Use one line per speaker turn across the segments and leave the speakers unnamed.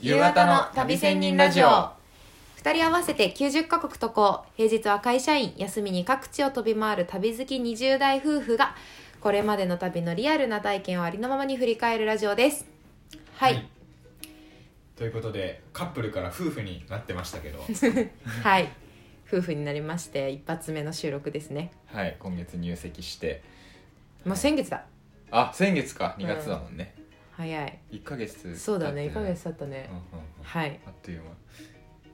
夕方の旅仙人ラジオ
二人合わせて90カ国渡航平日は会社員休みに各地を飛び回る旅好き20代夫婦がこれまでの旅のリアルな体験をありのままに振り返るラジオですはい
ということでカップルから夫婦になってましたけ ど
はい、夫婦になりまして一発目の収録ですね
はい今月入籍して
もう先月だ
あ先月か2月
うん
だもんね、
早い
一1か月
そうだ
経
ね
っ
1
て
ヶ
ない
月経ったね
うんうんうん
はい
あっという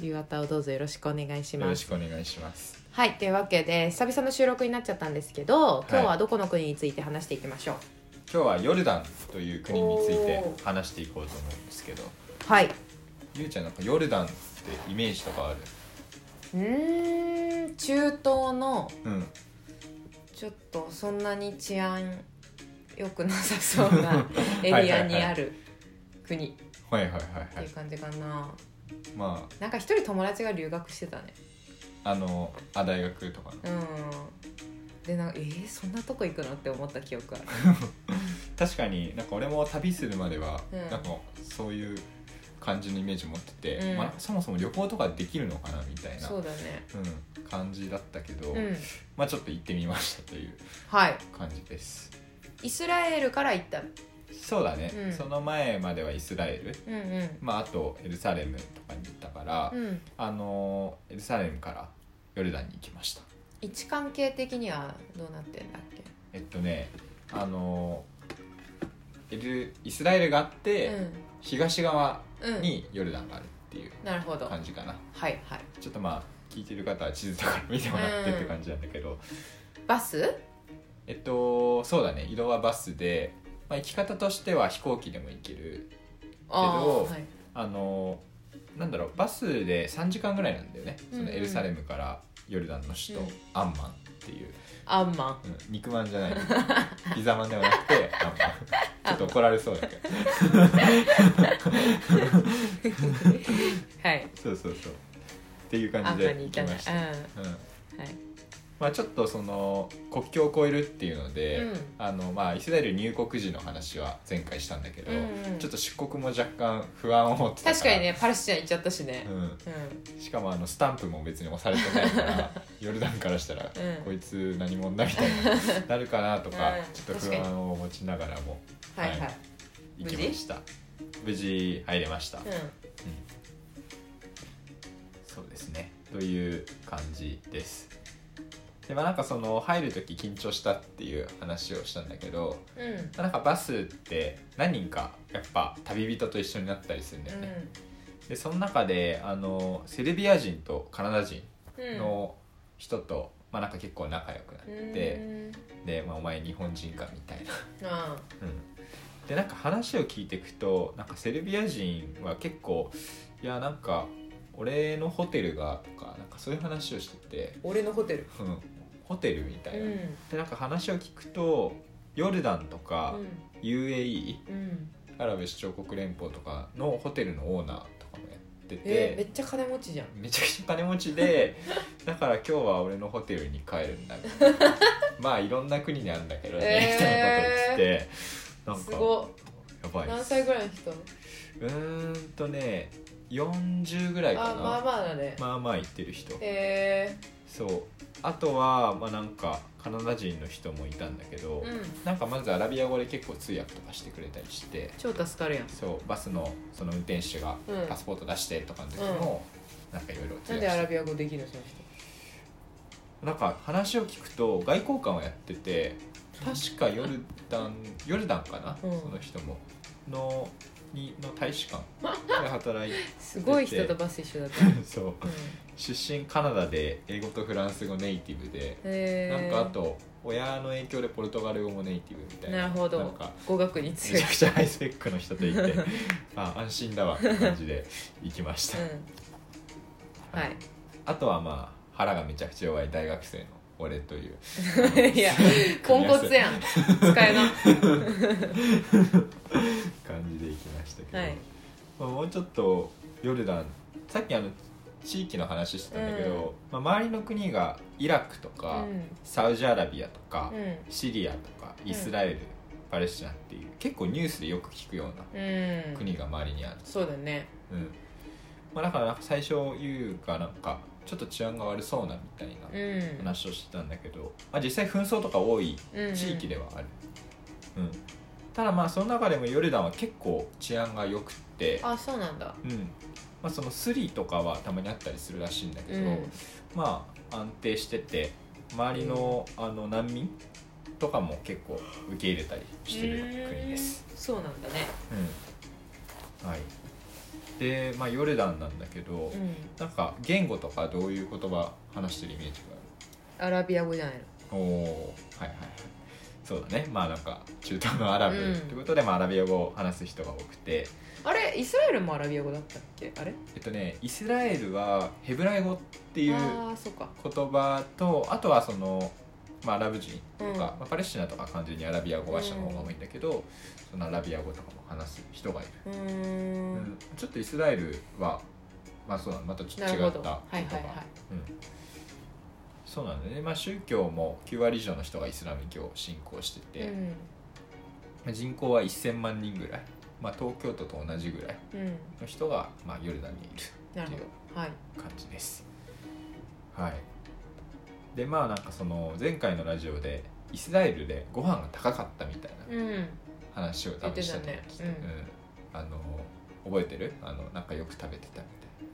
夕方をどうぞよろしくお願いし
間よ
ま
ろ
す
しくお願いします
はいというわけで久々の収録になっちゃったんですけど今日はどこの国について話していきましょう
今日はヨルダンという国について話していこうと思うんですけど
はい
ゆうちゃんなんかヨルダンってイメージとかある
うーん中東の
うん
ちょっとそんなに治安良くなさ そうなエリアにある国っ
はいはいはい
て
はい
いう感じかな、
ま
なんか一人友達が留学してたね
ああのあ大学とかの
うんでなんかえー、そんなとこ行くのって思った記憶ある
確かになんか俺も旅するまでは、
うん
なんかそういう感じのイメージ持ってて、
うん
まあ、そもそも旅行とかできるのかなみたいな
そうだね
うん、感じだったけど、
うん
まあちょっと行ってみましたという
はい
感じです
イスラエルから行った
そうだね、
うん
その前まではイスラエル
うんう
まああとエルサレムとかに行ったから、
んうん
あのーエルサレムからヨルダンに行きました
位置関係的にはどうなってんだっけ
えっとねあのーエルイスラエルがあって、東側
うんうん
にヨルダンがあるっていう
なるほどはい
感じかな、
はい
ちょっとまあ聞いてる方は地図とか見てもらってって感じなんだけど、
バス
えっとそうだね移動はバスで、まあ、行き方としては飛行機でも行ける
あーはい
あのなんだろうバスで3時間ぐらいなんだよねそ
うん
の
うん
エルサレムからヨルダンの首都、
うん
アンマンっていう、
アンマ
う
ン
ん肉まんじゃないピザまんではなくてアン マンちょっと怒られそうだけど
はい
そうそうそうっていう
ア
感
ン
じ
マ
で
ン
行
に行っ
き
たね
ました、うん
うんはい
まあ、ちょっとその国境を越えるっていうので、
うん
あのまあ、イスラエル入国時の話は前回したんだけど、
うんうん
ちょっと出国も若干不安を持ってたら
確かに、ねパレスチナ行っちゃったしね
う
うん
ん、しかもあのスタンプも別に押されてないから ヨルダンからしたら、
うん
こいつ何者だみたいななるかなとか、
うん
ちょっと不安を持ちながらも
はいはい
は行きました無事入れました、
う
そうですねという感じですでまあなんかその入る時緊張したっていう話をしたんだけど、
んうん
まあなんかバスって何人かやっぱ旅人と一緒になったりするんだよね、でその中であのセルビア人とカナダ人
うん
の人と、まあなんか結構仲良くなって、
うん
で、まあ、お前日本人かみたいな、
あ
うん、でなんか話を聞いていくとなんかセルビア人は結構いやなんか俺のホテルがとかなんかそういう話をしてて、
俺のホテル
うん、ホテルみた
う
いな、
ん
でなんか話を聞くとヨルダンと
う
か
ん
UAE、
うん
アラブ首長国連邦とかのホテルのオーナーとかもやってて、
えーめっちゃ金持ちじゃん
めちゃくちゃ金持ち でだから今日は俺のホテルに帰るんだみた いなまあいろんな国にあるんだけどね、みたいなこと言って
す
てなんか
ご
やば
い
い
何
です
歳ぐらいの人
うーんとね40ぐらいかな
あまあまあだね
まあまあ行ってる人
え
そうあとはまあなんかカナダ人の人もいたんだけど、
ーうん
なんかまずアラビア語で結構通訳とかしてくれたりして
超助かるやん
そうバスのその運転手が
うん
パスポート出してとかの時も、なんかいろいろ通
な
訳
んでア
し
ラ
て
ビア語できるのその人
なんか話を聞くと外交官をやってて確かヨルダンヨルダンかな、
うん
その人ものにの大使館で働 いて
すごい人とバス一緒だった
そう
うん
出身カナダで英語とフランス語ネイティブで、
えー
なんかあと親の影響でポルトガル語もネイティブみたいな
なるほ
なん
ど
か
語学に
め
強い
ちゃくちゃハイスペックの人とい てあ安心だわって感じで行きました、
うんはい
あとはまあ腹がめちゃくちゃ弱い大学生の俺という
いや、ポンコツやん。使えな。
感じで行きましたけど、
はい
まあ、もうちょっとヨルダンさっきあの地域の話してたんだけど、まあ、周りの国がイラクと
う
か、
ん。
サウジアラビアとか、
うん。
シリアとか
ん
イスラエル、パレスチナっていう結構ニュースでよく聞くような
うん。
国が周りにある、
そうだね。
うんまあ、だからなんか最初優がなんかちょっと治安が悪そうなみたいな
うん
話をしてたんだけど、まあ、実際紛争とか多い
うん
地域ではある、うんただまあその中でもヨルダンは結構治安が良くって、
あそうなんだ
うんまあ、そのスリとかはたまにあったりするらしいんだけ
う
ど、
ん
まあ安定してて周りの,、あの難民とかも結構受け入れたりしてる国です。
うんそうなんだね
うんはい、で、まあ、ヨルダンなんだけど、
うん
なんか言語とかどういう言葉話してるイメージが
アラビア語じゃないの
あるおーはいはいはいそうだねまあなんか中東のアラブってことで、まあ、アラビア語を話す人が多くて
あれイスラエルもアラビア語だったっけあれっ
えっとねイスラエルはヘブライ語って
て
いう
ああそうか
言葉とあとはその、まあ、アラブ人とか、
うん
まあ、パレスチナとかは完全にアラビア語話者の方が多いんだけど、そのアラビア語とかも話す人がいる、
う
う
ー
んんちょっとイスラエルは、まあ、そうなのまたちょっ
な
と
る
違った
ほ
こ
ど
と
は
が、
いはいは
うんそうなんだよね、まあ、宗教も9割以上の人がイスラム教を信仰して
い
て
う、ん
まあ人口は1000万人ぐらい、まあ、東京都と同じぐらい
うん
の人が、まあ、ヨルダンにいる
なるほどはい
感じですはいでまあなんかその前回のラジオでイスラエルでご飯が高かったみたいな
うん
話を多分したと思
言
う
っ
んで
て
すけ
た
ど、
ね
うんあの覚えてるあのなんかよく食べてたみたいな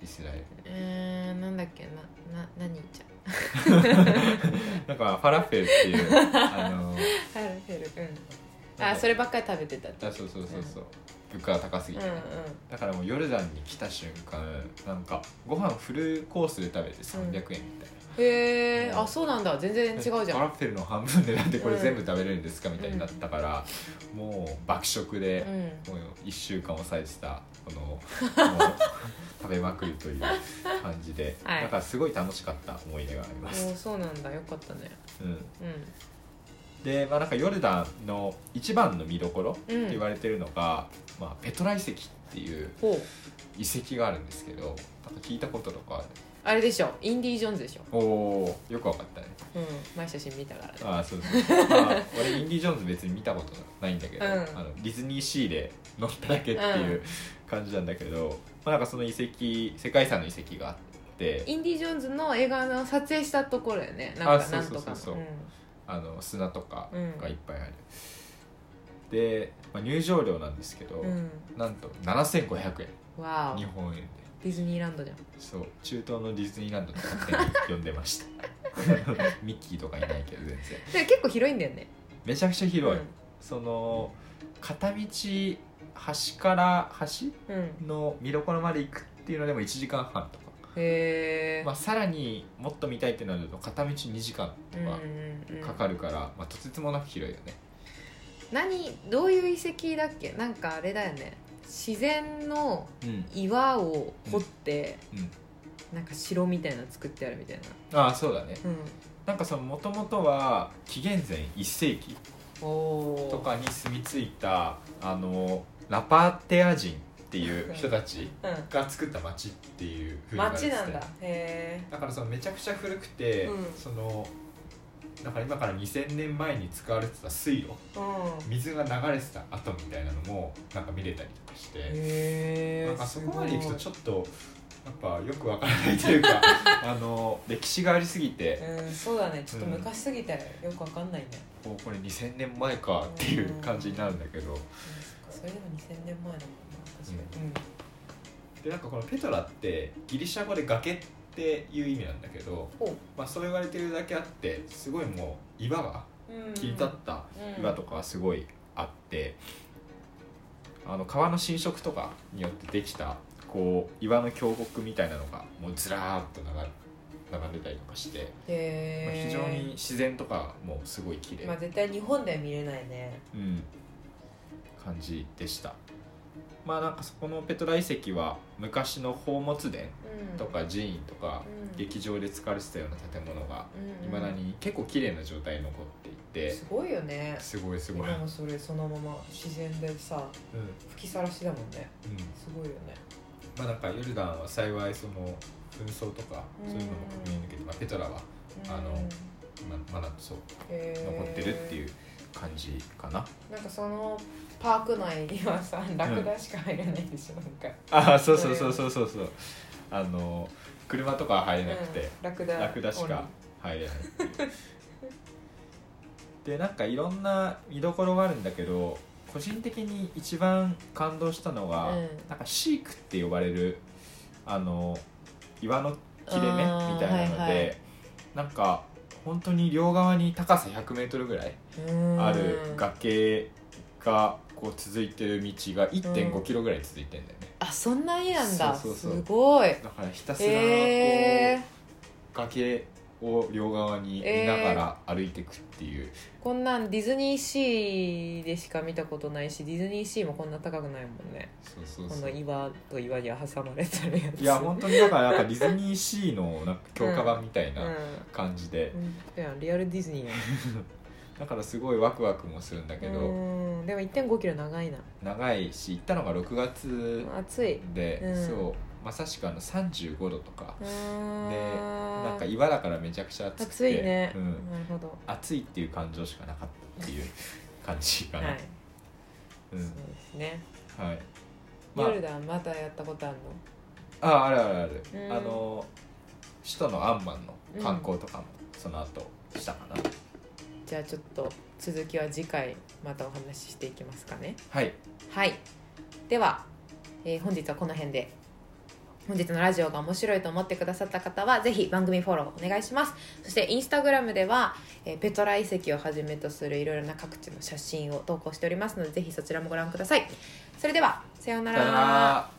イスラエル
えー、なんだっけなな 何じ
なんかファラフェルっていう あの
ゃんアルフェルうん
なん
あ
か
そればっかり食べてたって
あそうそうそうそう物価が高すぎ
うん
て、
うん
だからもうヨルダンに来た瞬間なんかご飯フルコースで食べて300円みたいな、
へえあそうなんだ全然違うじゃ
ファラ
ん
フェルの半分でなんでこれ全部食べれるんですかみたいになったから、もう爆食で
う、ん
もう1週間抑えてたこ のもう食べまくるという感じで、
はい
だからすごい楽しかった思い出がありま
お
す、
ーそうなんだよかったね
うん、
う
で、まあ、なんかヨルダンの一番の見どころって
んうん
言われてるのが、まあ、ペトラ遺跡っていう
ほう
遺跡があるんですけどなんか聞いたこととかある
あれでしょインディ・ージョーンズでしょ
おーよくわかったね
うん前写真見たからね
ああそうそう そう、まあ、俺インディ・ジョーンズ別に見たことないんだけど、
うん
あのディズニーシーで乗っただけっていうう感じなんだけど、まあ、なんかその遺跡世界遺産の遺跡があって
インディ・ージョーンズの映画の撮影したところよねなんか
あ
なん
そう
と
そ
か
う
の
そうそうあの砂とか
うん
がいっぱいある、で、まあ、入場料なんですけど、
うんうん
なんと7500円
わお
日本円で
ディズニーランドじゃん
そう中東のディズニーランドとかって呼んでました ミッキーとかいないけど全然
で結構広いんだよね
めちゃくちゃ広い、
うん
その片道端から端
うんへ
の見どころまで行くっていうのでも1時間半とか、
え
まあ、さらにもっと見たいってなると片道2時間とかかか
る
るから、まあ、とてつもなく広いよね
何どういう遺跡だっけなんかあれだよね自然の
うん
岩を掘って、
うん
なんか城みたいなの作ってあるみたいな
ああそうだね
う
なんかそのもともとは紀元前1世紀
んおお
とかに住み着いたあのラパテア人っていう人たち
う
が作った町っていうふうんに言われて
町
て
なんだへ
だからそのめちゃくちゃ古くて、
うん
そのだから今から2000年前に使われてた水路
えうん
水が流れてた跡みたいなのもなんか見れたりとかして、
へ
なん
え
かそこまで行くとちょっとなんかよくわからないという かあの歴史がありすぎて、
うん、そうだねちょっと
うん
昔すぎてよくわかんないね、
おこれ2000年前かっていう感じになるんだけど、
それでも2000年前だもんな確かに、
でなんかこのペトラってギリシャ語で崖っていう意味なんだけど、
ほう
まあ、そう言われてるだけあってすごいもう岩が
うん
切り立った、岩とかはすごいあって、あの川の浸食とかによってできたこう岩の峡谷みたいなのがもうずらーっと流れ並んでたりとかして、まあ
へえ
非常に自然とかもすごい綺麗、
まあ絶対日本では見れないね
うん感じでしたまあなんかそこのペトラ遺跡は昔の宝物殿
うん
とか寺院とか
うん
劇場で使われてたような建物が
うん
いまだに結構綺麗な状態に残っていて
すごいよね
すごいすごい、
今もそれそのまま自然でさ
うん
吹きさらしだもんね
うん
すごいよね
まあなんかヨルダンは幸いその紛争とかそういうのもくぐり抜けて、まあ、ペトラは
うん
あの
へ
ままだそう
え
残ってるっていう感じかな
なんかそのパーク内にはさラクダしか入れないでしょ、なんか
ああそうそうそうそうそうそうあの車とかは入れなくて、
うんラクダ
ラクダしか入れないっていうでなんかいろんな見どころがあるんだけど個人的に一番感動したのは、
うん
なんかシークって呼ばれるあの岩の切れ目み
あー
たいなので、
はいはい
なんか本当に両側に高さ1 0 0ルぐらい
うん
ある崖がこう続いてる道が1 5キロぐらい続いてんだよね、
あそんな家なんだ
そうそうそう
すごい
だからひたすらこう、
えー、
崖を両側に見ながら歩いていくっていう、
こんなんディズニーシーでしか見たことないしディズニーシーもこんな高くないもんね
そう
こ
そうそ
の
う
岩と岩に挟まれてるやつ
いや本当にだからなんかディズニーシーのなんか強化版みたい
うん
な感じで、
本当やんリアルディズニーやん
だからすごいワクワクもするんだけど、
うんでも1 5キロ長いな
長いし行ったのが6月
暑い
で、
うん
そうまさしくあの35度とか、
うん
なんか岩だからめちゃくちゃ暑くて
暑いね、
うん、
なるほど
暑いっていう感情しかなかったっていう感じか
はい、
な、う
そうんですね、
はい
ヨルダンまたやったことあるの
ああるあるある、
うん
あの首都のアンマンの観光とかもその後したかな、
じゃあちょっと続きは次回またお話ししていきますかね
はい
はいでは、えー本日はこの辺で本日のラジオが面白いと思ってくださった方はぜひ番組フォローお願いしますそしてインスタグラムでは、えーペトラ遺跡をはじめとするいろいろな各地の写真を投稿しておりますのでぜひそちらもご覧くださいそれではさような
さよな
ら
ら